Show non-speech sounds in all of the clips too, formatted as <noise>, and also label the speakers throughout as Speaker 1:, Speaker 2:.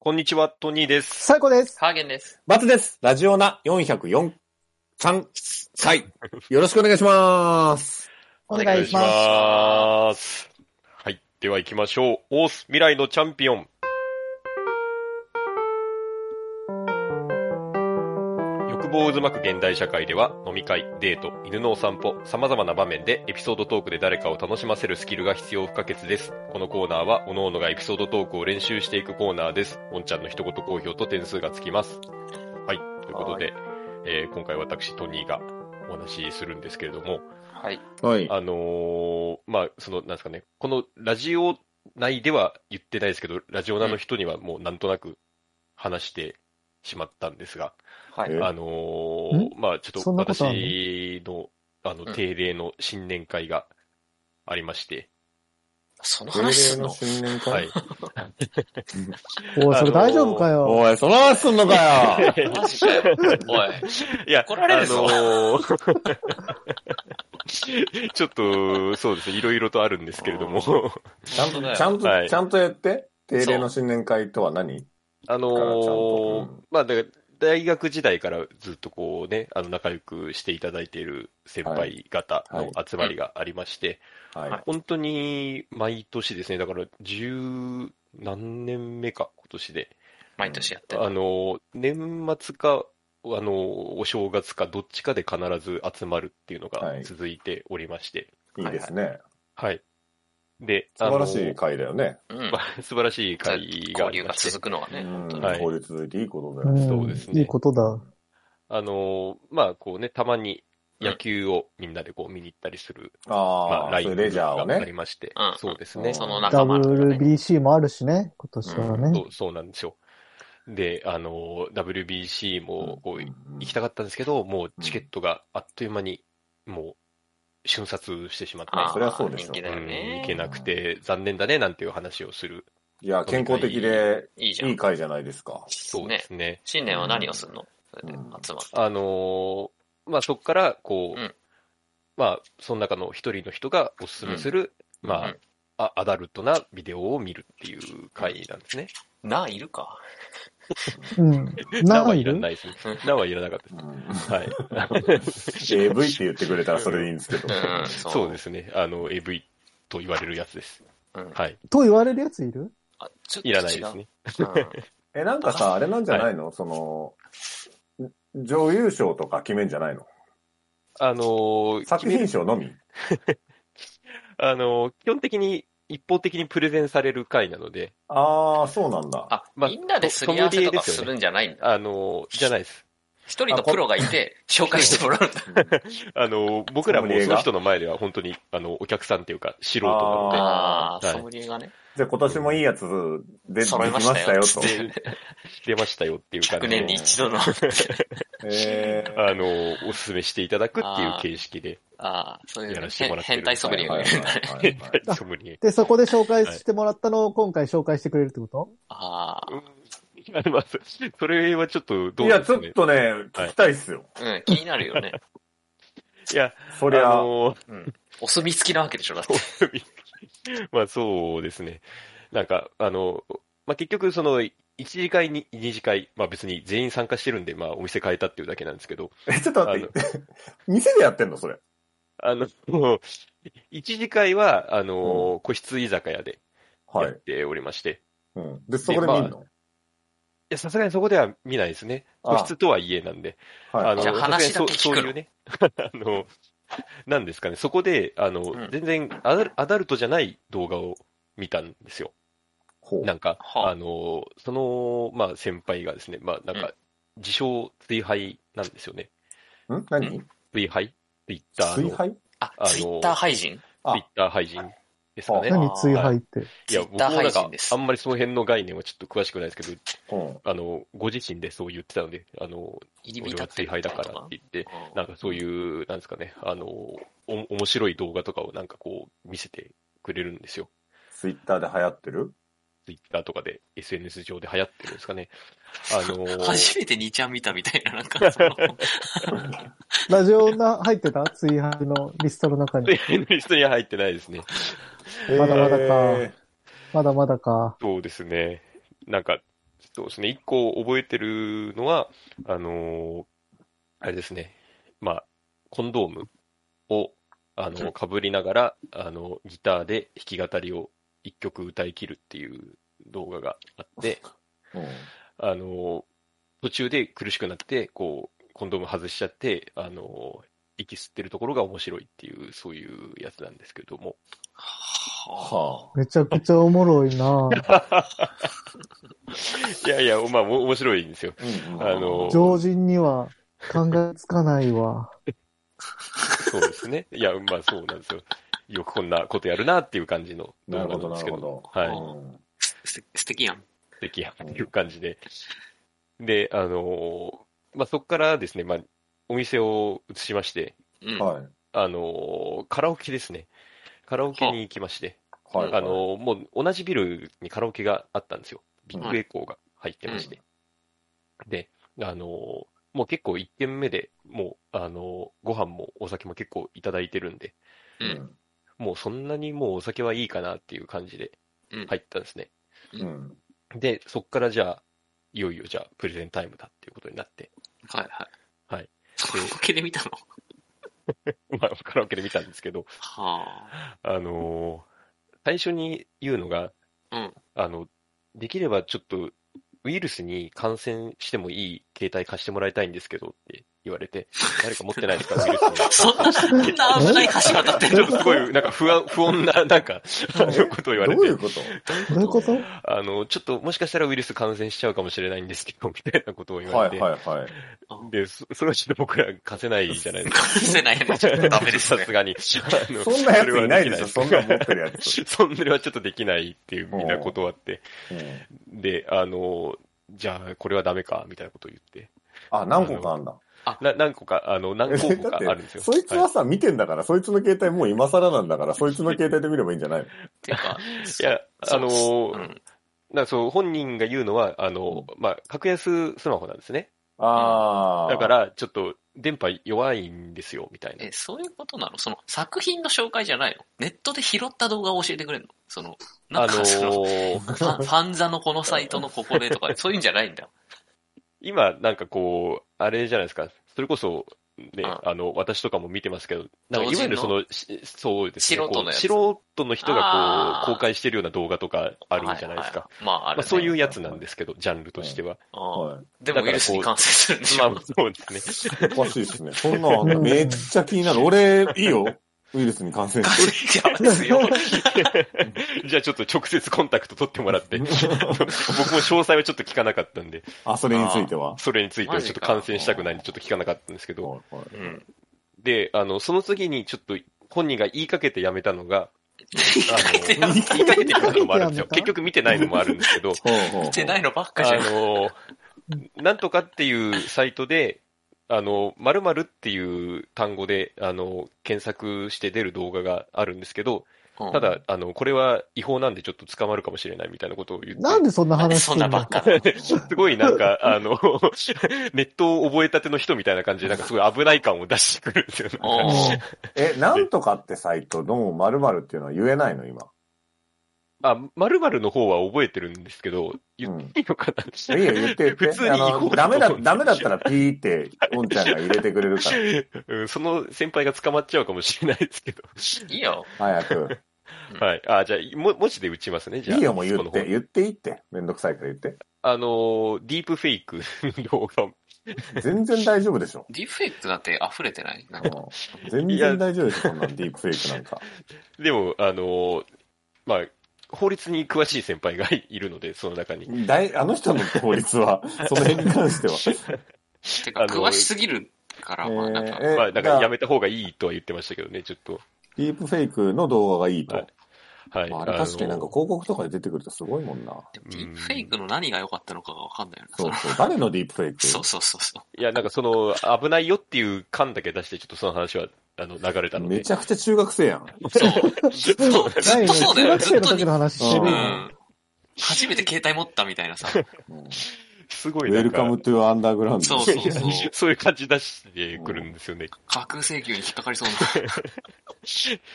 Speaker 1: こんにちは、トニーです。
Speaker 2: 最高です。
Speaker 3: ハーゲンです。
Speaker 4: バツです。ラジオナ404、3回。よろしくお願いします。
Speaker 2: お願いします。
Speaker 1: お願いします。はい。では行きましょう。オース未来のチャンピオン。欲望を渦巻く現代社会では、飲み会、デート、犬のお散歩、様々な場面でエピソードトークで誰かを楽しませるスキルが必要不可欠です。このコーナーは、各々がエピソードトークを練習していくコーナーです。おんちゃんの一言好評と点数がつきます。はい。ということで、えー今回私、トニーがお話しするんですけれども、
Speaker 3: はい。
Speaker 4: はい。
Speaker 1: あのーまあ、その、なんですかね、このラジオ内では言ってないですけど、ラジオナの人にはもうなんとなく話してしまったんですが、
Speaker 3: はい。
Speaker 4: え
Speaker 1: あのーまあ、ちょっ
Speaker 2: そ
Speaker 1: と
Speaker 2: んなことあんの
Speaker 1: 私の、あの
Speaker 3: う、ん
Speaker 1: 定例の新年会がありまして、
Speaker 3: その話すんの
Speaker 4: 新年会
Speaker 1: はい。
Speaker 2: おい、それ大丈夫かよ。
Speaker 4: おい、その話すんのか
Speaker 1: <laughs>
Speaker 4: よ
Speaker 3: マジかよ。おい。
Speaker 1: いや、
Speaker 3: 怒られるぞ
Speaker 1: あのー <laughs> ちょっと、そうですね、いろいろとあるんですけれども、
Speaker 4: ちゃん
Speaker 3: 本当だ
Speaker 4: と、
Speaker 3: よ
Speaker 4: ちゃん
Speaker 1: は
Speaker 4: と、
Speaker 1: い
Speaker 4: ちゃんとやって。定例の新年会とは何
Speaker 1: あの
Speaker 4: からちゃんとう
Speaker 1: ー
Speaker 4: ん
Speaker 1: まあ、だから大学時代からずっとこうね、あの、仲良くしていただいている先輩方の集まりがありまして、
Speaker 4: はい。
Speaker 1: 本当に毎年ですね、だから十何年目か、今年で。
Speaker 3: 毎年やってる
Speaker 1: あ。の、年末か、あの、お正月か、どっちかで必ず集まるっていうの
Speaker 4: は
Speaker 1: が
Speaker 4: い
Speaker 1: 続いておりまして、
Speaker 4: いいですね。
Speaker 1: はい。で、
Speaker 4: 素晴らし
Speaker 1: あの
Speaker 4: い会だよね。
Speaker 3: うん。
Speaker 1: <laughs> 素晴らしい会があ
Speaker 3: 交
Speaker 1: り
Speaker 3: 流
Speaker 1: ま
Speaker 3: が
Speaker 1: して
Speaker 3: 続くのは
Speaker 4: う
Speaker 3: ね、
Speaker 4: ん
Speaker 3: 本当に。
Speaker 1: はい
Speaker 4: 交流続いていいことだ
Speaker 2: う
Speaker 4: よ。
Speaker 2: ん
Speaker 1: そうですね
Speaker 2: いいことだ。
Speaker 1: あのまあ、こうね、たまに野球をみんなでこう見に行ったりする、ま
Speaker 4: あ
Speaker 1: あ、
Speaker 4: あ、そういうレジャーを
Speaker 1: があり
Speaker 4: ね。
Speaker 1: まして、
Speaker 3: うん
Speaker 1: そうですね。
Speaker 4: うん
Speaker 3: その仲間とかね
Speaker 2: WBC もあるしね、今年は
Speaker 1: そ
Speaker 2: ね
Speaker 1: う。そうなんですよ。で、あの WBC もこう行きたかったんですけど、もうチケットがあっという間に、もう、瞬殺してしまって、
Speaker 3: ああ
Speaker 4: そりゃそうでしょ
Speaker 3: 人気だ
Speaker 1: う
Speaker 3: よ
Speaker 1: ん、
Speaker 3: ね
Speaker 1: 行。けなくて、残念だね、なんていう話をする。
Speaker 4: いや、健康的で、
Speaker 3: いいじゃ
Speaker 4: いい
Speaker 3: ん。
Speaker 4: 会じゃないですか。
Speaker 1: そうですね。
Speaker 3: 新年は何をするのそれで
Speaker 4: うん
Speaker 3: 集まって。
Speaker 1: あのーまあ、そこから、こう、
Speaker 3: うん
Speaker 1: まあ、その中の一人の人がおすすめする、まあ、
Speaker 3: うん
Speaker 1: あ、アダルトなビデオを見るっていう回なんですね。
Speaker 3: なあ、いるか。
Speaker 2: うん。
Speaker 1: なは
Speaker 2: ないい
Speaker 1: ら
Speaker 2: る
Speaker 1: ないです
Speaker 3: <laughs>
Speaker 1: ね。なはいらなかったで
Speaker 4: うん
Speaker 1: す。はい。
Speaker 4: AV って言ってくれたらそれでいいんですけ
Speaker 1: <laughs>
Speaker 4: ど
Speaker 3: う。ん、そう。
Speaker 1: そうですね。あの、AV と言われるやつです。
Speaker 3: うん。
Speaker 1: はい。
Speaker 2: と言われるやついる
Speaker 3: あ、ちょっと違う。
Speaker 1: いらないですね。
Speaker 3: う
Speaker 4: え、なんかさ、あれなんじゃないの、その、ん女優賞とか決めんじゃないの
Speaker 1: あのー
Speaker 4: 作品賞のみ
Speaker 1: あのー基本的に一方的にプレゼンされる回なので、
Speaker 4: ああ、そうなんだ。
Speaker 3: あ、
Speaker 1: まあ
Speaker 3: みんなですり合わせとかするんじゃないんだ。
Speaker 1: あのーじゃないです。
Speaker 3: 一人のプロがいて、紹介してもらうんだ。
Speaker 1: あのー僕らも
Speaker 4: ソムリエが
Speaker 1: その人の前では本当に、あの、お客さんっていうか、素人なので、
Speaker 3: ああ、
Speaker 1: はい
Speaker 3: ソムリエがね、
Speaker 4: じゃあ今年もいいやつ出てき
Speaker 3: 揃いま
Speaker 4: ま
Speaker 3: し
Speaker 4: したた
Speaker 3: よ
Speaker 4: よ
Speaker 3: つ
Speaker 4: と
Speaker 3: っ。て
Speaker 1: で出ましたよっていう感
Speaker 3: 100
Speaker 1: じ
Speaker 3: 年
Speaker 1: で、
Speaker 3: に一度の。
Speaker 4: えー
Speaker 1: あの、おすすめしていただくっていう形式で、
Speaker 3: ああ、そういう
Speaker 1: や
Speaker 3: ね
Speaker 1: らせてもらってる
Speaker 3: 変態ソムリエがいるんだね。
Speaker 4: はいはいはいはい
Speaker 1: ソムリエ。
Speaker 2: で、そこで紹介してもらったのを今回紹介してくれるってこと
Speaker 3: ああ、
Speaker 1: あのまあそそれはちょっと <laughs> どう
Speaker 4: いや、
Speaker 1: で
Speaker 4: ち
Speaker 1: す
Speaker 4: ょ
Speaker 1: かね
Speaker 4: っ。とね、聞きたいっすよ。
Speaker 3: うん、気になるよね。
Speaker 1: いや、
Speaker 4: そりゃ、
Speaker 1: あの、
Speaker 3: うん。お墨付きなわけでしょ、だって。
Speaker 1: まあそうですね。なんか、あの、まあ結局その、一次会に、二次会、まあ別に全員参加してるんで、まあお店変えたっていうだけなんですけど、
Speaker 4: え、ちょっと待って、 <laughs> 店でやってんのそれ。
Speaker 1: あの、 <laughs> もう一次会は、あの、個室居酒屋で
Speaker 4: は
Speaker 1: やっ
Speaker 4: い。
Speaker 1: ておりまして、
Speaker 4: うん。で、そこで見んの
Speaker 1: いや、さすがにそこでは見ないですね。
Speaker 4: あ
Speaker 1: 個室とはいえなんで。
Speaker 4: は
Speaker 1: あ
Speaker 4: い
Speaker 1: の、
Speaker 3: じゃあ話だけ
Speaker 1: そう
Speaker 3: 聞くの
Speaker 1: そういうね、 <laughs> あの、なんですかね、そこで、あの、
Speaker 3: ん
Speaker 1: 全然アダルアダルトじゃない動画を見たんですよ。
Speaker 4: ほう
Speaker 1: なんか、
Speaker 3: はあ
Speaker 1: あの、その、まあ、先輩がですね、まあ、なんか、自称、追敗なんですよね。
Speaker 4: ん何
Speaker 1: 追敗ツイッターの、
Speaker 4: 水
Speaker 1: ツ
Speaker 4: 杯
Speaker 3: あ
Speaker 1: <laughs> あの、
Speaker 3: ツイッター廃人
Speaker 4: あ
Speaker 1: イッター廃人ですかね。
Speaker 3: は
Speaker 2: 何追敗って。
Speaker 1: いや、
Speaker 3: ツイッ
Speaker 1: 僕
Speaker 3: ター
Speaker 1: もなん
Speaker 3: 配
Speaker 1: か
Speaker 3: 信で、す
Speaker 1: あんまりその辺の概念はちょっと詳しくないですけど、
Speaker 4: うん。
Speaker 1: あの、ご自身でそう言ってたので、あの、
Speaker 3: 入り
Speaker 1: 俺
Speaker 3: 浸
Speaker 1: は
Speaker 3: って
Speaker 1: 追
Speaker 3: る
Speaker 1: 敗だ
Speaker 3: と
Speaker 1: か
Speaker 3: から
Speaker 1: って言って、
Speaker 3: うん
Speaker 1: なんかそういう、なんですかね、あの、お、面白い動画とかをなんかこう見せてくれるんですよ。
Speaker 4: ツイッターで流行ってる
Speaker 1: ツイッターとかで SNS 上で流行ってるんですかね。あの
Speaker 3: 初めて2ちゃん見たみたいな、な
Speaker 1: <laughs>
Speaker 3: んか、その、
Speaker 2: ラジオな、入ってた追敗のリストの
Speaker 1: <laughs>
Speaker 2: 中に。
Speaker 1: 人には入ってないですね。
Speaker 2: まだまだか
Speaker 4: えー
Speaker 2: まだまだか。
Speaker 1: そうですね。なんか、そうですね。一個覚えてるのは、あのーあれですね。まあ、コンドームを、あの、かぶりながら、あの、ギターで弾き語りを一曲歌い切るっていう動画があって、あの、途中で苦しくなって、こう、コンドーム外しちゃって、あの、息吸ってるところが面白いっていう、そういうやつなんですけども。
Speaker 3: は
Speaker 4: は
Speaker 2: めちゃくちゃおもろい
Speaker 3: <laughs>
Speaker 2: な
Speaker 1: いやい <laughs> や、まあ、お面白いんですよ。
Speaker 4: あ。うん
Speaker 1: あの、そ
Speaker 2: 常人には考えつかないわ。
Speaker 1: うですね。いや、まあ、そうなんですよ。よくこんなことやるなっていう感じの
Speaker 4: な
Speaker 1: 動
Speaker 4: る
Speaker 1: 画な
Speaker 4: ほど、
Speaker 1: んで
Speaker 4: な
Speaker 1: すけど
Speaker 4: るほ。ど。
Speaker 1: はい
Speaker 4: うん
Speaker 3: あ。す素敵やん。
Speaker 1: 素敵やっていう感じで。で、あのまあ、そこからですね、まあ、お店を移しまして、
Speaker 3: うん。
Speaker 4: はい。
Speaker 1: あのカラオケですね。カラオケに行きまして、
Speaker 4: はい。
Speaker 1: あ、のもう同じビルにカラオケがあったんですよ。ビッグエコーが入ってまして。で、あのもう結構1軒目でもう、あのご飯もお酒も結構いただいてるんで、
Speaker 3: うん。
Speaker 1: もうそんなにもうお酒はいいかなっていう感じで
Speaker 3: うん。
Speaker 1: 入ったんですね。
Speaker 4: うん。
Speaker 1: で、そっからじゃあ、いよいよじゃあプレゼンタイムだっていうことになって、
Speaker 3: はいはい。
Speaker 1: はい。
Speaker 3: カラオケで見たの
Speaker 1: まあ、 <laughs> カラオケで見たんですけど、
Speaker 3: は
Speaker 1: あのー最初に言うのが、
Speaker 3: うん
Speaker 1: あの、できればちょっと、ウイルスに感染してもいい携帯貸してもらいたいんですけどって言われ <laughs> て、誰か持ってないですか、ウイルスに。
Speaker 3: あ。そんな、そんな危ない橋渡っ
Speaker 1: <laughs>
Speaker 3: て
Speaker 1: ちょ
Speaker 3: る
Speaker 1: っとすごい、なんか不安、不穏な、なんか、 <laughs> あのことを言わ
Speaker 4: ど
Speaker 1: れ
Speaker 4: ういう
Speaker 1: て、
Speaker 4: こと
Speaker 2: どういうこと
Speaker 1: あの、ちょっともしかしたらウイルス感染しちゃうかもしれないんですけど、みたいなことを言わ
Speaker 4: は
Speaker 1: れ
Speaker 4: い
Speaker 1: て、
Speaker 4: はいはい。
Speaker 1: <laughs> で、そそれはちょっと僕ら貸せないじゃないですか。
Speaker 3: 返せないの
Speaker 1: <laughs>
Speaker 3: ちょっとダメです
Speaker 1: さ
Speaker 3: ね
Speaker 1: す。がに。 <laughs> あの
Speaker 4: そんなやついないでしょ、そ
Speaker 1: そ
Speaker 4: ん
Speaker 1: れ
Speaker 4: な
Speaker 1: は
Speaker 4: ん持っ
Speaker 1: で
Speaker 4: てるやつ。
Speaker 1: き <laughs> そんなにはちょっとできないっていう、みんな断って。
Speaker 4: うん
Speaker 1: で、あの、じゃあ、これはダメか、みたいなことを言って。
Speaker 4: あ、何個かあんだ。
Speaker 1: な何個か、あの、 <laughs> 何
Speaker 4: え
Speaker 1: 項目
Speaker 3: <laughs>
Speaker 4: <laughs> だ
Speaker 1: か
Speaker 4: っ
Speaker 1: あるんです
Speaker 4: て、
Speaker 1: よ。
Speaker 4: そいつ
Speaker 1: は
Speaker 4: はさ、見てんだから、そいつの携帯もう今更なんだから、そいつの携帯で見ればいいんじゃないの
Speaker 3: ていうか、
Speaker 1: い、いや、あの
Speaker 3: そうう
Speaker 1: ー、
Speaker 3: ん。
Speaker 1: なんかそう、本人が言うのは、あの、まあ、格安スマホなんですね。
Speaker 4: あー。
Speaker 1: だか、ら、ちょっと、電波弱いんですよ、みたいな
Speaker 3: え、。そういうことなのその作品の紹介じゃないのネットで拾った動画を教えてくれるのその、な
Speaker 1: あ
Speaker 3: ん
Speaker 1: の
Speaker 3: かその、
Speaker 1: ー、
Speaker 3: ファンファンザのこのサイトのここで
Speaker 1: <laughs>
Speaker 3: とか、そういうんじゃないんだ。
Speaker 1: 今、なんかこう、あれじゃないですか。それこそ、ね、
Speaker 3: うん
Speaker 1: あの、私とかも見てますけど、なんかいわゆるその、しそうですね。
Speaker 3: 素人のやつ
Speaker 1: こう素人の人が
Speaker 3: あ
Speaker 1: こ
Speaker 3: ー
Speaker 1: う、公開してるような動画とかあるじゃないですか。
Speaker 3: ははは。まあ、あ
Speaker 1: ま
Speaker 3: れ
Speaker 1: あ、
Speaker 3: ね。
Speaker 1: そういうやつなんですけど、ジャンルとしては。
Speaker 3: あ <laughs>
Speaker 4: は
Speaker 3: ー。でもウイルスに感染するんでし
Speaker 1: ま
Speaker 3: ょ。
Speaker 1: あ、そうですね。
Speaker 4: い。おかしいですね。そんなのあんだめっちゃ気に
Speaker 1: <laughs>
Speaker 4: なる。俺、いいよ。ウイルスに感染
Speaker 3: 感 <laughs>
Speaker 4: して。
Speaker 3: 染者は強
Speaker 1: <laughs>
Speaker 3: い。
Speaker 1: じゃあちょっと直接コンタクト取ってもら <laughs> って、僕も詳細はちょっと聞かなかったんで、
Speaker 4: あ、それについては。
Speaker 1: それについてはちょっと感染したくないんでちょっと聞かなかったんですけど、
Speaker 4: はいはい
Speaker 3: うん。
Speaker 1: で、あの、その次にちょっと本人が言いかけてやめたのが、あの
Speaker 3: <laughs> 言いかけて
Speaker 1: 言いかけてやめたのもあるんですよ。
Speaker 2: 言いかけてやめた
Speaker 1: 結局見てないのもあるんですけど、
Speaker 4: ほうほう
Speaker 3: してないのばっかじ
Speaker 1: あ
Speaker 3: ゃん。
Speaker 1: の、なんとかっていうサイトで、あの、〇〇っていう単語で、あの、検索して出る動画があるんですけど、
Speaker 3: うん
Speaker 1: た、だ、あの、これは違法なんでちょっと捕まるかもしれないみたいなことを言って。
Speaker 2: なんでそんな
Speaker 3: なんで
Speaker 2: 話
Speaker 3: そ
Speaker 2: し
Speaker 3: ん
Speaker 2: て
Speaker 3: なんば
Speaker 2: の
Speaker 3: っかなの
Speaker 1: すごいなんか、あの、 <laughs> ネットを覚えたての人みたいな感じで、なんかすごい危ない感を出してくるんですよ。なんか
Speaker 3: お
Speaker 4: え、なんとかってサイトの〇〇っていうのは言えないの今。
Speaker 1: あ、〇〇の方は覚えてるんですけど、言っ
Speaker 4: うん。
Speaker 1: ていいのかない
Speaker 4: いよ、言って言って。
Speaker 1: <laughs> 普通に違
Speaker 4: あ
Speaker 1: 法
Speaker 4: のダメだ、
Speaker 1: と思う
Speaker 4: ダメだったらピーって、おんちゃんが入れてくれるから。
Speaker 1: うんその先輩が捕まっちゃうかもしれないですけど。
Speaker 3: いいよ。
Speaker 4: 早く。
Speaker 1: はい。あ、じゃあ、も文字で打ちますね、じゃあ。
Speaker 4: いいよ、もう
Speaker 1: そ
Speaker 4: 言っ
Speaker 1: この
Speaker 4: て。
Speaker 1: 方
Speaker 4: 言っていいって。めんどくさいから言って。
Speaker 1: あの、ディープフェイクの動画を
Speaker 4: 全然大丈夫でしょ。
Speaker 3: ディープフェイクだって溢れてないなんか
Speaker 4: うん全然大丈夫でしょ、そんなんディープフェイクなんか。
Speaker 1: でも、あの、まあ、法律に詳しい先輩がいるので、その中に。
Speaker 4: 大あの人の法
Speaker 1: <laughs>
Speaker 4: 律は、その辺に関しては。
Speaker 3: てか、
Speaker 1: <laughs> あの
Speaker 3: 詳しすぎるから、まあなんか
Speaker 4: えーえ、
Speaker 1: まあ、なんかやめた方がいいとは言ってましたけどね、ちょっと。
Speaker 4: ディープフェイクの動画がいいと。
Speaker 1: はいはい。
Speaker 4: まあ、あれ確かになんか
Speaker 1: あの
Speaker 4: 広告とかで出てくるとすごいもんな。
Speaker 3: でもディープフェイクの何が良かったのかがわかんないよな。
Speaker 4: そ
Speaker 3: そう
Speaker 4: そう。誰のディープフェイク
Speaker 3: そうそうそうそう。
Speaker 1: いや、なんかその、危ないよっていう感だけ出して、ちょっとその話は、あの、流れたので。
Speaker 4: めちゃくちゃ中学生やん。
Speaker 3: そう。ずっと、ず
Speaker 2: ない
Speaker 3: っ
Speaker 2: よね
Speaker 3: とそうだ
Speaker 2: 中
Speaker 3: よね。
Speaker 2: 学
Speaker 3: ず
Speaker 2: 生の
Speaker 3: っと
Speaker 2: 時
Speaker 3: に
Speaker 2: の話して
Speaker 3: う
Speaker 2: る
Speaker 4: 時
Speaker 2: よ。
Speaker 3: ん。初めて携帯持ったみたいなさ。
Speaker 4: うん
Speaker 1: すご
Speaker 5: ウ
Speaker 1: い
Speaker 5: ェ
Speaker 1: なん
Speaker 5: ル
Speaker 1: か
Speaker 5: カ、ムトゥアンダーグラウンド。
Speaker 3: そうそうそう。
Speaker 1: そういう感じ出してくるんですよね。
Speaker 3: 架空請求に引っかかりそうな。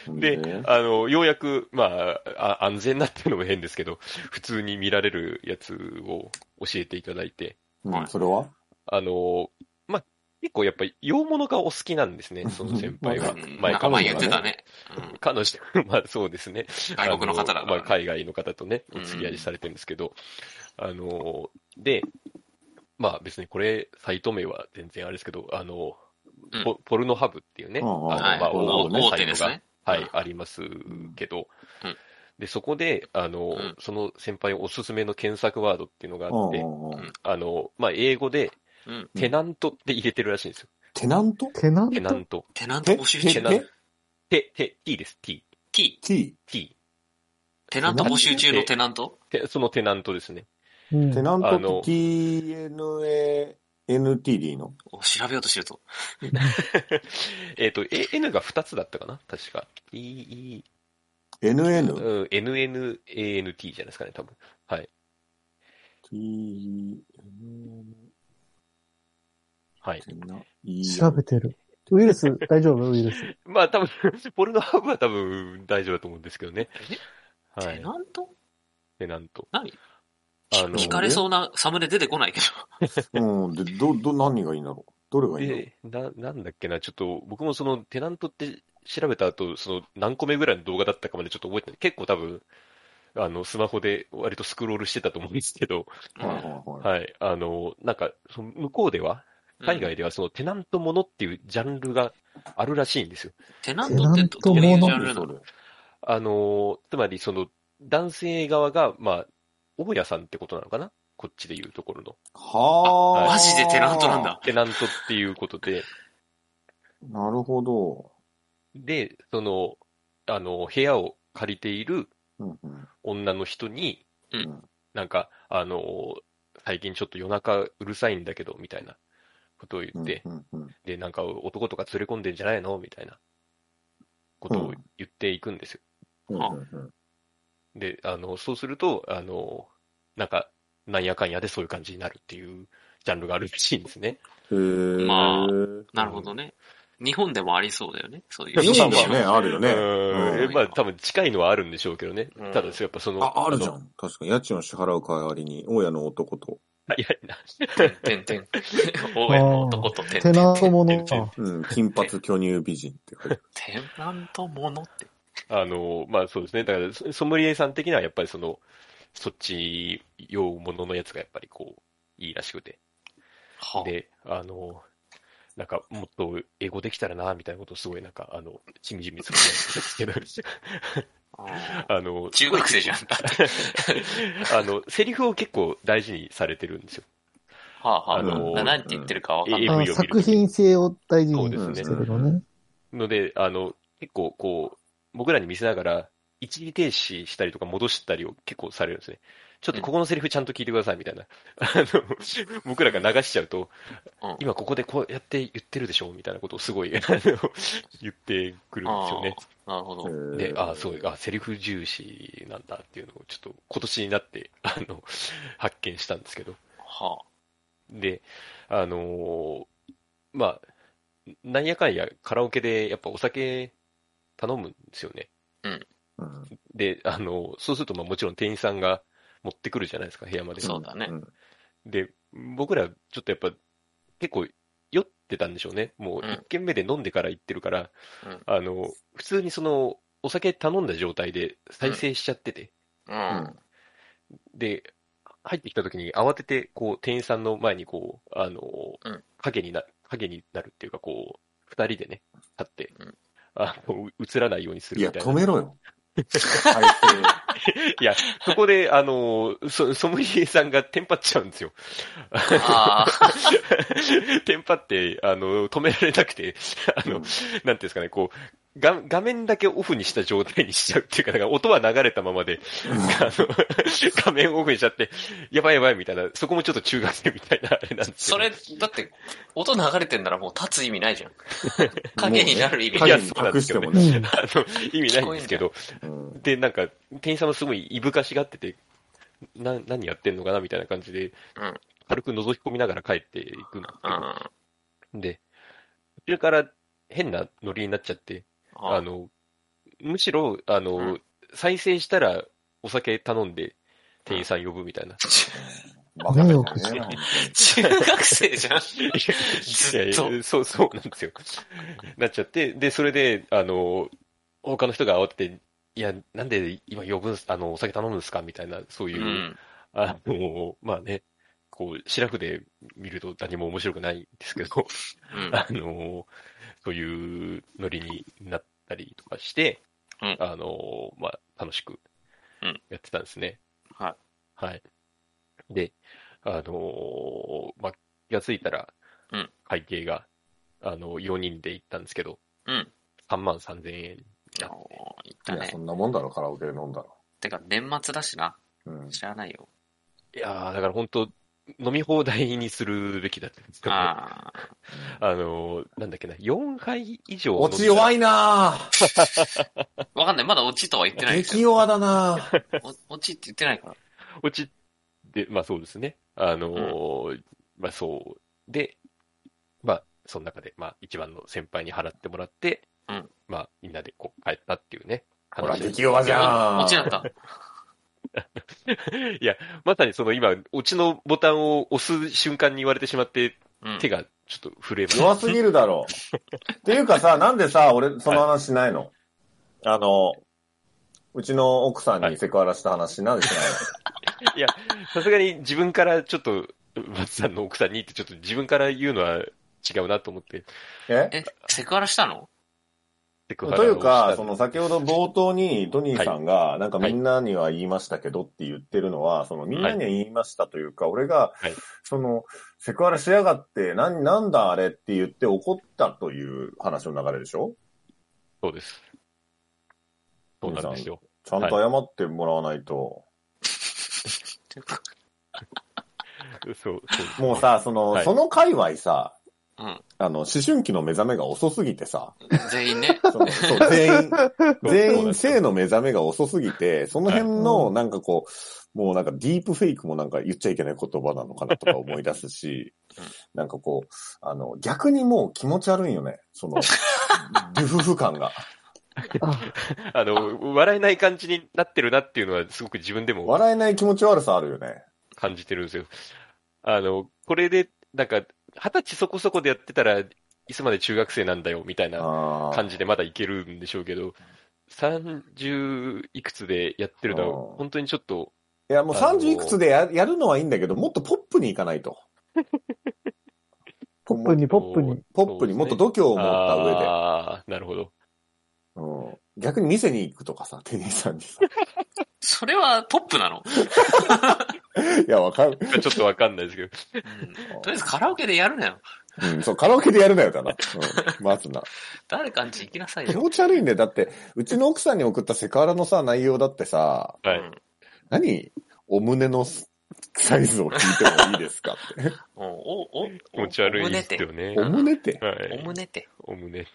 Speaker 1: で、あの、ようやく、まあ、あ安全なっていうのも変ですけど、普通に見られるやつを教えていただいて、
Speaker 5: うんそれは
Speaker 1: あの、まあ、結構やっぱり洋物がお好きなんですね、その先輩は
Speaker 3: うん。
Speaker 1: 前
Speaker 3: なん
Speaker 1: か
Speaker 3: か
Speaker 1: も
Speaker 3: 前言ってたね。うん
Speaker 1: 彼女、まあそうですね。
Speaker 3: 外国の方だ
Speaker 1: あ
Speaker 3: か
Speaker 1: まあ
Speaker 3: ら。
Speaker 1: 海外の方とね、
Speaker 3: う
Speaker 1: お
Speaker 3: ん
Speaker 1: 付き合いされてるんですけど、あの、で、まあ別にこれ、サイト名は全然あれですけど、あの、
Speaker 3: うん
Speaker 1: ポポルノハブっていうね、
Speaker 5: うんうん
Speaker 1: あの
Speaker 3: はい
Speaker 1: まあ
Speaker 3: お
Speaker 1: 大手の
Speaker 3: 大
Speaker 1: サ
Speaker 3: 手
Speaker 1: イ
Speaker 3: で
Speaker 1: ト
Speaker 3: す
Speaker 1: が
Speaker 3: ね。
Speaker 1: はい、
Speaker 3: うん
Speaker 1: ありますけど、
Speaker 3: うん
Speaker 1: で、そこで、あの、
Speaker 3: ん
Speaker 1: その先輩おすすめの検索ワードっていうのがあって、
Speaker 5: うんうんうん
Speaker 3: うん
Speaker 1: あの、まあ、英語で、
Speaker 3: うん
Speaker 1: テナントって入れてるらしいんですよ。
Speaker 5: テナント
Speaker 2: テナン
Speaker 1: テナ
Speaker 2: ト
Speaker 1: ント。
Speaker 3: テナント
Speaker 5: え
Speaker 3: 募集
Speaker 1: 手
Speaker 3: 中
Speaker 1: な。
Speaker 5: え
Speaker 1: て、て、t です、t。
Speaker 3: T。
Speaker 5: T?
Speaker 1: t。
Speaker 3: テナント募集中のテナント
Speaker 1: てそのテナントですね。
Speaker 2: うん
Speaker 5: テナン
Speaker 1: あ
Speaker 5: ト
Speaker 1: の
Speaker 5: って TNANT でいいの
Speaker 3: お調べようとしてると。
Speaker 1: <laughs> えっと、え n が2つだったかな確か。e, e,
Speaker 5: ?NN?
Speaker 1: うん、n, n, a, n, t じゃないですかね、多分。
Speaker 5: T,
Speaker 1: はい。
Speaker 2: 調べてる。ウイル <laughs> ス、大丈夫ウイルス。
Speaker 1: まあ、多分、 <laughs> ポルノハブは多分大丈夫だと思うんですけどね。は
Speaker 3: テ
Speaker 1: い。
Speaker 3: ナント
Speaker 1: テナント。
Speaker 3: 何
Speaker 1: あの
Speaker 3: 聞かれそうなサムネ出てこないけど。
Speaker 5: うん。で、ど、ど、何がいいんだろうどれがいいんだろう
Speaker 1: で、な、なんだっけな、ちょっと、僕もその、テナントって調べた後、その、何個目ぐらいの動画だったかまでちょっと覚えてない。結構多分、あの、スマホで割とスクロールしてたと思うんですけど、
Speaker 5: はいはいはい。
Speaker 1: はい。あの、なんか、その向こうでは、海外
Speaker 3: で。
Speaker 1: ではその、テナントものっていうジャンルがあるらしいんですよ。
Speaker 3: テナントってどういうジャンルな
Speaker 5: そ
Speaker 3: の
Speaker 5: れ。
Speaker 1: あの、つまりその、男性側が、まあ、大家さんってことなのかなこっちで言うところの。
Speaker 5: はあ。
Speaker 3: マジでテナントなんだ。。
Speaker 1: テナントっていうことで、
Speaker 5: なるほど。
Speaker 1: で、その、あの、部屋を借りている、
Speaker 5: うんうん。
Speaker 1: 女の人に、
Speaker 3: うん
Speaker 1: なんか、あのー最近ちょっと夜中うるさいんだけど、みたいなことを言
Speaker 5: うん
Speaker 1: って、
Speaker 5: うんうん
Speaker 1: で、なんか男とか連れ込んでんじゃないのみたいなことを言っていくんですよ。
Speaker 5: うんうん
Speaker 1: で、あの、そうすると、あのーなんか、なんやかんやでそういう感じになるっていうジャンルがあるらしいんですね。
Speaker 5: うん。へえ。
Speaker 3: まあ
Speaker 5: あ。
Speaker 3: なるほどね。日本でもありそうだよね。そういう。
Speaker 5: 日本はね、あるよ
Speaker 1: う
Speaker 5: ね。
Speaker 1: ん
Speaker 5: うん
Speaker 1: えまあ、多分近いのはあるんでしょうけどね。
Speaker 3: うん
Speaker 1: ただ、やっぱその、
Speaker 5: あ、あるじゃ
Speaker 1: の。
Speaker 5: ん。確かに、家賃を支払う代わりに、大家の男と。
Speaker 1: いや、
Speaker 3: てんてん。大家の男とてんて
Speaker 2: テ
Speaker 3: ん。
Speaker 2: ナントも
Speaker 3: <laughs>
Speaker 2: の
Speaker 1: テナン
Speaker 2: か。
Speaker 5: うん、金髪巨乳美人って書いてある。
Speaker 3: テナントものって。
Speaker 1: あの、まあそうですね。だから、ソソムリエさん的にはやっぱりその、そっち用もののやつがやっぱりこう、いいらしくて。
Speaker 3: は
Speaker 1: で、あの、なんか、もっと英語できたらな、みたいなことをすごいなんか、あの、しみじみするんですけど、
Speaker 3: あ
Speaker 1: あの、
Speaker 3: 中学生じゃん。だって
Speaker 1: あの、セリフを結構大事にされてるんですよ。
Speaker 3: はあはあ。
Speaker 1: あの
Speaker 3: な何て言ってるかわかんない。
Speaker 1: AV を
Speaker 2: あ
Speaker 1: 見る
Speaker 2: 作品性を大事
Speaker 1: そう
Speaker 2: に
Speaker 1: ですね
Speaker 2: してるのね。
Speaker 1: ので、あの、結構こう、僕らに見せながら、一時停止したりとか戻したりを結構されるんですね。ちょっとここのセリフちゃんと聞いてくださいみたいな。あの、僕らが流しちゃうと、
Speaker 3: うん
Speaker 1: 今ここでこうやって言ってるでしょみたいなことをすごい、あの、言ってくるんですよね。
Speaker 3: なるほど。
Speaker 1: で、ああ、
Speaker 5: う。
Speaker 1: そう、あセリフ重視なんだっていうのをちょっと今年になって、あの、発見したんですけど。
Speaker 3: は
Speaker 1: で、あのーまあ、なんやかんやカラオケでやっぱお酒頼むんですよね。
Speaker 5: うん
Speaker 1: で、あのーそうするとまあもちろん店員さんが持ってくるじゃないですか、部屋ま
Speaker 3: あ。
Speaker 1: で。
Speaker 3: そうだね。
Speaker 1: で、僕らちょっとやっぱ結構酔ってたんでしょうね。もう
Speaker 3: うん
Speaker 1: 一軒目で飲んでから行ってるから、
Speaker 3: うん
Speaker 1: あのー普通にそのお酒頼んだ状態で再生しちゃってて、
Speaker 3: うん。
Speaker 1: で、入ってきた時に慌てて、こう、店員さんの前にこう、あの
Speaker 3: うん、
Speaker 1: 影にな、影になるっていうか、こう、二人でね、立って
Speaker 3: うん、
Speaker 1: あの、映らないようにす
Speaker 5: い
Speaker 1: る
Speaker 5: や、
Speaker 1: みたい
Speaker 5: 止
Speaker 1: な。
Speaker 5: めろよ。はい
Speaker 1: いや、そこで、あの、そソムリエさんがテンパっちゃうんですよ。 <laughs>
Speaker 3: ああ。
Speaker 1: テンパって、あの、止められなくて、あの、
Speaker 5: うん
Speaker 1: なんていうんですかね、こう、画画面だけオフにした状態にしちゃうっていうか、だから音は流れたままで、あ
Speaker 3: <laughs>
Speaker 1: の、画面オフにしちゃって、やばいやばいみたいな、そこもちょっと中学生みたいなあれなんです
Speaker 3: そ
Speaker 1: よね
Speaker 3: れ、だって、音流れてんならもう立つ意味ないじゃん。 <laughs> 影になる意味
Speaker 1: い
Speaker 3: な
Speaker 1: や
Speaker 3: い。
Speaker 5: 影に隠しても
Speaker 2: う
Speaker 5: ね。
Speaker 2: ん。
Speaker 1: あの、意味ないんですけど、
Speaker 5: うん
Speaker 1: で、なんか、店員さんもすごいいぶかしがってて、な、何やってんのかなみたいな感じで、
Speaker 3: うん
Speaker 1: 軽く覗き込みながら帰っていくんですけど
Speaker 3: あ
Speaker 1: で、途中から変なノリになっちゃって、あ
Speaker 3: あ
Speaker 1: の、むしろ、あの、
Speaker 3: うん
Speaker 1: 再生したらお酒頼んで店員さん呼ぶみたいな。
Speaker 5: バカだよ
Speaker 2: 迷惑じゃ
Speaker 5: ね
Speaker 2: ない。
Speaker 3: 中学生じゃん。
Speaker 1: いやい
Speaker 3: ずっと。
Speaker 1: や、そう、そうなんですよ。なっちゃって、で、それで、あの、他の人が慌てて、いや、なんで今呼ぶんす、あの、お酒頼むんですかみたいな、そう
Speaker 3: う
Speaker 1: いう、
Speaker 3: ん。
Speaker 1: あの、まあね、こう、白くで見ると何も面白くないんですけど、
Speaker 3: うん。
Speaker 1: あの、そういうノリになったりとかして、
Speaker 3: うん
Speaker 1: あの、まあ、楽しく
Speaker 3: うん
Speaker 1: やってたんですね。
Speaker 3: はい。
Speaker 1: はい。で、あのまあ、気がついたら
Speaker 3: うん、
Speaker 1: 会計が、あの、4人で行ったんですけど、
Speaker 3: うん。
Speaker 1: 3万3000円。
Speaker 3: いやおーいった
Speaker 5: いや、
Speaker 3: ね
Speaker 5: そ。んなもんだろ、カラオケで飲んだら。
Speaker 3: てか、年末だしな。
Speaker 5: うん。
Speaker 3: 知らないよ。
Speaker 1: いやーだから本当飲み放題にするべきだったんですけど、あ
Speaker 3: ああ。
Speaker 1: のなんだっけな、4杯以上
Speaker 4: 落ち弱
Speaker 1: い
Speaker 4: いな
Speaker 3: わかんない。まだ落ちとは言ってないです
Speaker 4: 激
Speaker 3: よ。
Speaker 4: 弱だな
Speaker 3: お落ちって言ってないから。
Speaker 1: 落ちて、まあそうですね。あのーまあそう。で、まあ、その中で、まあ一番の先輩に払ってもらって、
Speaker 3: うん
Speaker 1: まあみんなでこう帰ったっていうね。
Speaker 4: ほら、
Speaker 1: 話です
Speaker 4: 激弱じゃん。
Speaker 3: 落ちだった。
Speaker 1: <laughs> いや、まさにその今、落ちのボタンを押す瞬間に言われてしまって、
Speaker 3: うん。
Speaker 1: 手がちょっと震えました。
Speaker 4: 弱すぎるだろう。っていうかさ、なんでさ、俺、その話しないの、あの、うちの奥さんにセクハラした話、なんでしないの
Speaker 1: いや、さすがに自分からちょっと、松さんの奥さんにってちょっと自分から言うのは違うなと思って、
Speaker 4: え
Speaker 3: え、セクハラしたの
Speaker 1: セクハラを
Speaker 4: というか
Speaker 1: し、た
Speaker 4: そ
Speaker 1: ん
Speaker 4: の先ほど冒頭にトニーさんが、なんかみんなには言いましたけどって言ってるのは、そのみんなには言いましたというか、俺が
Speaker 1: はい、
Speaker 4: その、セクハラしやがって、なん、なんだあれって言って怒ったという話の流れでしょ
Speaker 1: そうです。そうなんですよ。
Speaker 4: ちゃんと謝ってもらわないと。
Speaker 3: てか
Speaker 1: <laughs> そう、そうです
Speaker 4: もう、さ、その、
Speaker 1: はい
Speaker 4: その界隈さ、
Speaker 3: うん。
Speaker 4: あの、思春期の目覚めが遅すぎてさ、
Speaker 3: 全員ね。
Speaker 4: そのそう全員、全員性の目覚めが遅すぎて、その辺
Speaker 2: は
Speaker 4: の
Speaker 2: い
Speaker 4: なんかこう、もうなんかディープフェイクもなんか言っちゃいけない言葉なのかなとか思い出すし、なんかこう、あの、逆にもう気持ち悪いよね。その、デュフフ感が。
Speaker 2: あ、
Speaker 1: <laughs> あの、笑えない感じになってるなっていうのはすごく自分でも
Speaker 4: 笑えない気持ち悪さあるよね。
Speaker 1: 感じてるんですよ。あの、これで、なんか、二十歳そこそこでやってたら、いつまで中学生なんだよ、みたいな
Speaker 4: あー
Speaker 1: 感じでまだいけるんでしょうけど、30いくつでやってるの
Speaker 4: う
Speaker 1: は、
Speaker 4: ん
Speaker 1: 本当にちょっと、
Speaker 4: いや、もう
Speaker 1: あの
Speaker 4: 30いくつでややるのはいいんだけど、もっとポップにいかないと。
Speaker 2: ポップに、ポップ
Speaker 1: そう
Speaker 2: に。
Speaker 4: ポップにもっと度胸を持った上で。
Speaker 1: ああ、なるほど。
Speaker 4: うん逆に店に行くとかさ、店員さんにさ。
Speaker 3: それはポップなの、
Speaker 4: いや、わかる。
Speaker 1: ちょっとわかんないですけど。
Speaker 3: うん、とりあえずカラオケでやるなよ。
Speaker 4: うん、そう、カラオケでやるなよだな。うん、まずな。
Speaker 3: 誰かんち行きなさい
Speaker 4: 気
Speaker 3: よ。
Speaker 4: 持ち悪いんだよ。だって、うちの奥さんに送ったセクハラのさ、内容だってさ、
Speaker 1: はい。
Speaker 3: うん
Speaker 4: 何お胸のサイズを聞いてもいいですかって。
Speaker 3: お、お、お、
Speaker 1: 気持ち悪い
Speaker 3: お胸
Speaker 1: です
Speaker 3: て。
Speaker 1: よね。
Speaker 4: お胸って、
Speaker 1: はい。
Speaker 3: お胸て。
Speaker 1: お胸。
Speaker 4: っ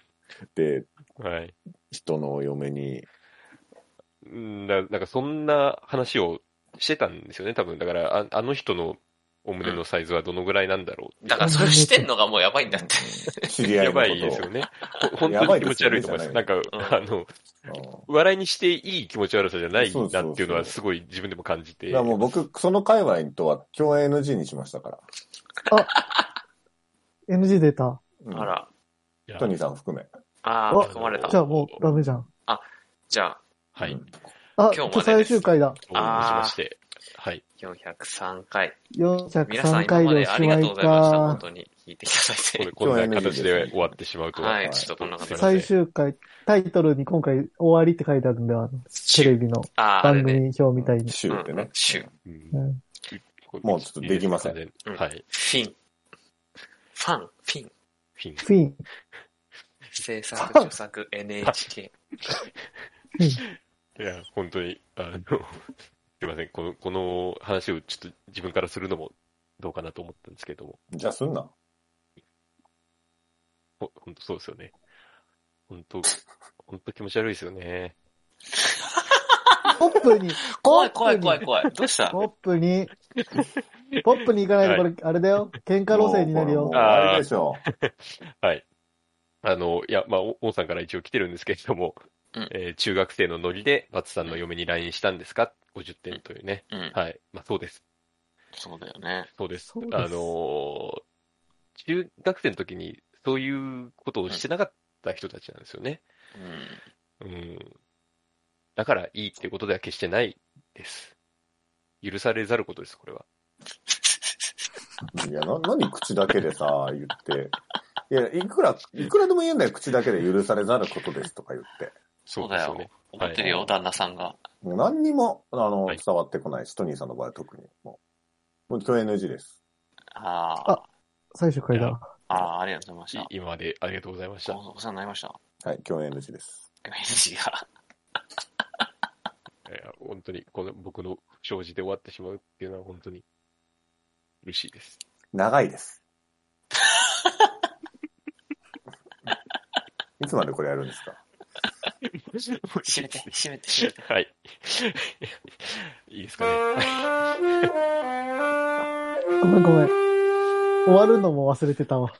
Speaker 4: て、
Speaker 1: はい。
Speaker 4: 人の嫁に。
Speaker 1: うんだなんかそんな話をしてたんですよね、多分。だから、ああの人のお胸のサイズはどのぐらいなんだろう。
Speaker 3: だからそれしてんのがもうやばいんだって。
Speaker 4: 知り合い
Speaker 1: や
Speaker 4: のことを
Speaker 1: ばいですよね。ほ本
Speaker 4: やば
Speaker 1: 当
Speaker 4: い
Speaker 1: に気
Speaker 4: で
Speaker 1: 持
Speaker 4: す
Speaker 1: ち
Speaker 4: よ
Speaker 1: 悪
Speaker 4: ね
Speaker 1: いと思います。
Speaker 4: じ
Speaker 1: な
Speaker 4: ゃ
Speaker 1: んか、あの、
Speaker 4: うん
Speaker 1: 笑いにしていい気持ち悪さじゃないなっていうの
Speaker 4: そうそうそう
Speaker 1: はすごい自分でも感じて。
Speaker 4: だからもう僕、その界隈とは共演 NG にしましたから。
Speaker 2: NG 出た。
Speaker 4: うん
Speaker 3: あ。ら。
Speaker 4: トニーさん含め。
Speaker 3: ああ、
Speaker 2: あ
Speaker 3: 巻き込まれた
Speaker 2: じ。ゃあもうダメじゃん。
Speaker 3: じゃあ、
Speaker 1: は
Speaker 4: う
Speaker 1: い
Speaker 4: ん。
Speaker 2: あ、
Speaker 3: 今日までです
Speaker 2: 最終回だ。
Speaker 1: 応募しまして。はい。
Speaker 3: 403回。皆さ
Speaker 2: 403
Speaker 3: ん今
Speaker 2: 回
Speaker 3: ま
Speaker 2: でお
Speaker 3: であ
Speaker 2: し
Speaker 3: り
Speaker 2: ま
Speaker 3: がとう
Speaker 2: い
Speaker 3: ございました。
Speaker 2: か
Speaker 3: 本。当に聞いていた
Speaker 1: こ
Speaker 3: だい
Speaker 1: れ、こんな形
Speaker 4: 今日は NG です
Speaker 1: で
Speaker 4: ね
Speaker 1: 終わってしまう
Speaker 3: て。
Speaker 1: とは。
Speaker 3: はい、ちょっとこんな形
Speaker 1: すいません
Speaker 2: 最終回、タイトルに今回終わりって書いてあるんで、あの、テレビの
Speaker 3: ああ、あれ
Speaker 2: 番
Speaker 3: ね。
Speaker 2: 組表みたいに。
Speaker 4: シューってね。
Speaker 3: シュー
Speaker 1: うん
Speaker 2: うん
Speaker 4: もうちょっとできません
Speaker 1: いいですかね
Speaker 3: うん
Speaker 1: はい。
Speaker 3: フィン。ファン、フィン。
Speaker 1: フィン。
Speaker 2: フィン。
Speaker 3: 制作、著作、NHK。
Speaker 1: いや、本当に、あの、 <laughs> すいません、この、この話をちょっと自分からするのもどうかなと思ったんですけども、
Speaker 4: じゃあすんな。
Speaker 1: ほ本当そうですよね。本当、本当気持ち悪いですよね。
Speaker 2: ポップに、
Speaker 3: <laughs> <laughs> 怖い怖い怖
Speaker 2: ポップ
Speaker 3: い
Speaker 2: に
Speaker 3: 怖い。どうした
Speaker 2: ポップに、ポップに行かないとこれ、あれだよ。喧嘩路線になる
Speaker 5: もう
Speaker 2: よ
Speaker 5: これもう。あれでしょ。
Speaker 1: はい。あの、いや、まあ、お王さんから一応来てるんですけれども、
Speaker 3: うん
Speaker 1: えー中学生のノリで、バツさんの嫁に LINE したんですか ?50 点というね。
Speaker 3: うん。
Speaker 1: はい。まあ、そうです。
Speaker 3: そうだよね。
Speaker 1: そうです。
Speaker 2: そうです
Speaker 1: あのー中学生の時に、そういうことをしてなかった人たちなんですよね。
Speaker 3: うん。
Speaker 1: うん。だから、いいってことでは決してないです。許されざることです、これは。
Speaker 4: いや、な、何口だけでさ、言って。いや、いくら、いくらでも言うんだよ、口だけで許されざることですとか言って。
Speaker 3: そうだ
Speaker 1: です
Speaker 3: よ。思ってるよ、
Speaker 1: はい
Speaker 3: 旦那さんが。
Speaker 4: もう何にも、あの、
Speaker 1: はい
Speaker 4: 伝わってこないし、トニーさんの場合は特に。もう、もう共演 NG です。
Speaker 3: あ
Speaker 2: あ最初からだ。
Speaker 3: あ、ああー、ありがとうございま
Speaker 1: い今までありがとうございまし
Speaker 3: した。
Speaker 1: た。
Speaker 3: おお世話になりました。
Speaker 4: はい、共演 NG です。
Speaker 3: <laughs> NG が。
Speaker 1: いや本当に、この僕の不祥事で終わってしまうっていうのは本当に嬉しいです。
Speaker 4: 長
Speaker 1: <laughs>
Speaker 4: いです。いつまでこれやるんですか
Speaker 3: 閉めて、閉めて、閉めて。
Speaker 1: はい。 <laughs> いいですかね。
Speaker 2: ごめんごめん。終わるのも忘れてたわ。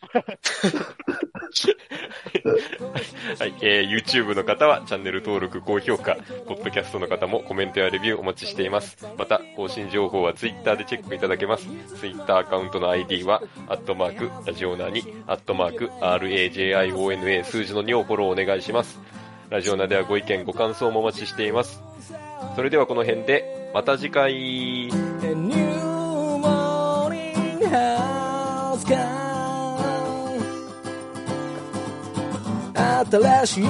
Speaker 1: はい、えー YouTube の方はチャンネル登録、高評価、ポッドキャストの方もコメントやレビューお待ちしています。また、更新情報は Twitter でチェックいただけます。Twitter アカウントの ID は、アットマーク、ラジオナーに、アットマーク、RAJIONA 数字の2をフォローお願いします。ラジオナではご意見、ご感想もお待ちしています。それではこの辺で、また次回。
Speaker 6: A new morning has come 新しい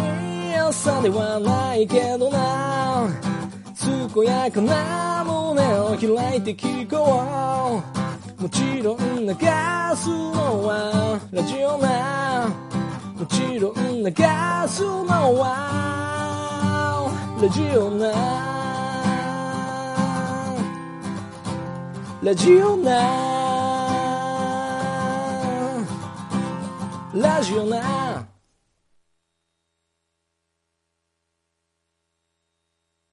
Speaker 6: 朝ではないけどな健やかな胸を開いて聞こうもちろん流すのはラジオなもちろん流すのはラジオなラジオなラジオな